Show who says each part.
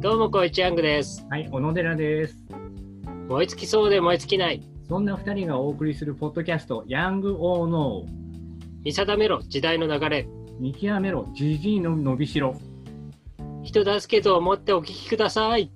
Speaker 1: どうも、こいちヤングです。
Speaker 2: はい、小野寺です。
Speaker 1: 燃え尽きそうで燃え尽きない。
Speaker 2: そんな二人がお送りするポッドキャスト、ヤングオーノ
Speaker 1: 見定めろ、時代の流れ。
Speaker 2: ー。見極めろ、じじいの伸びしろ。
Speaker 1: 人助けと思ってお聞きください。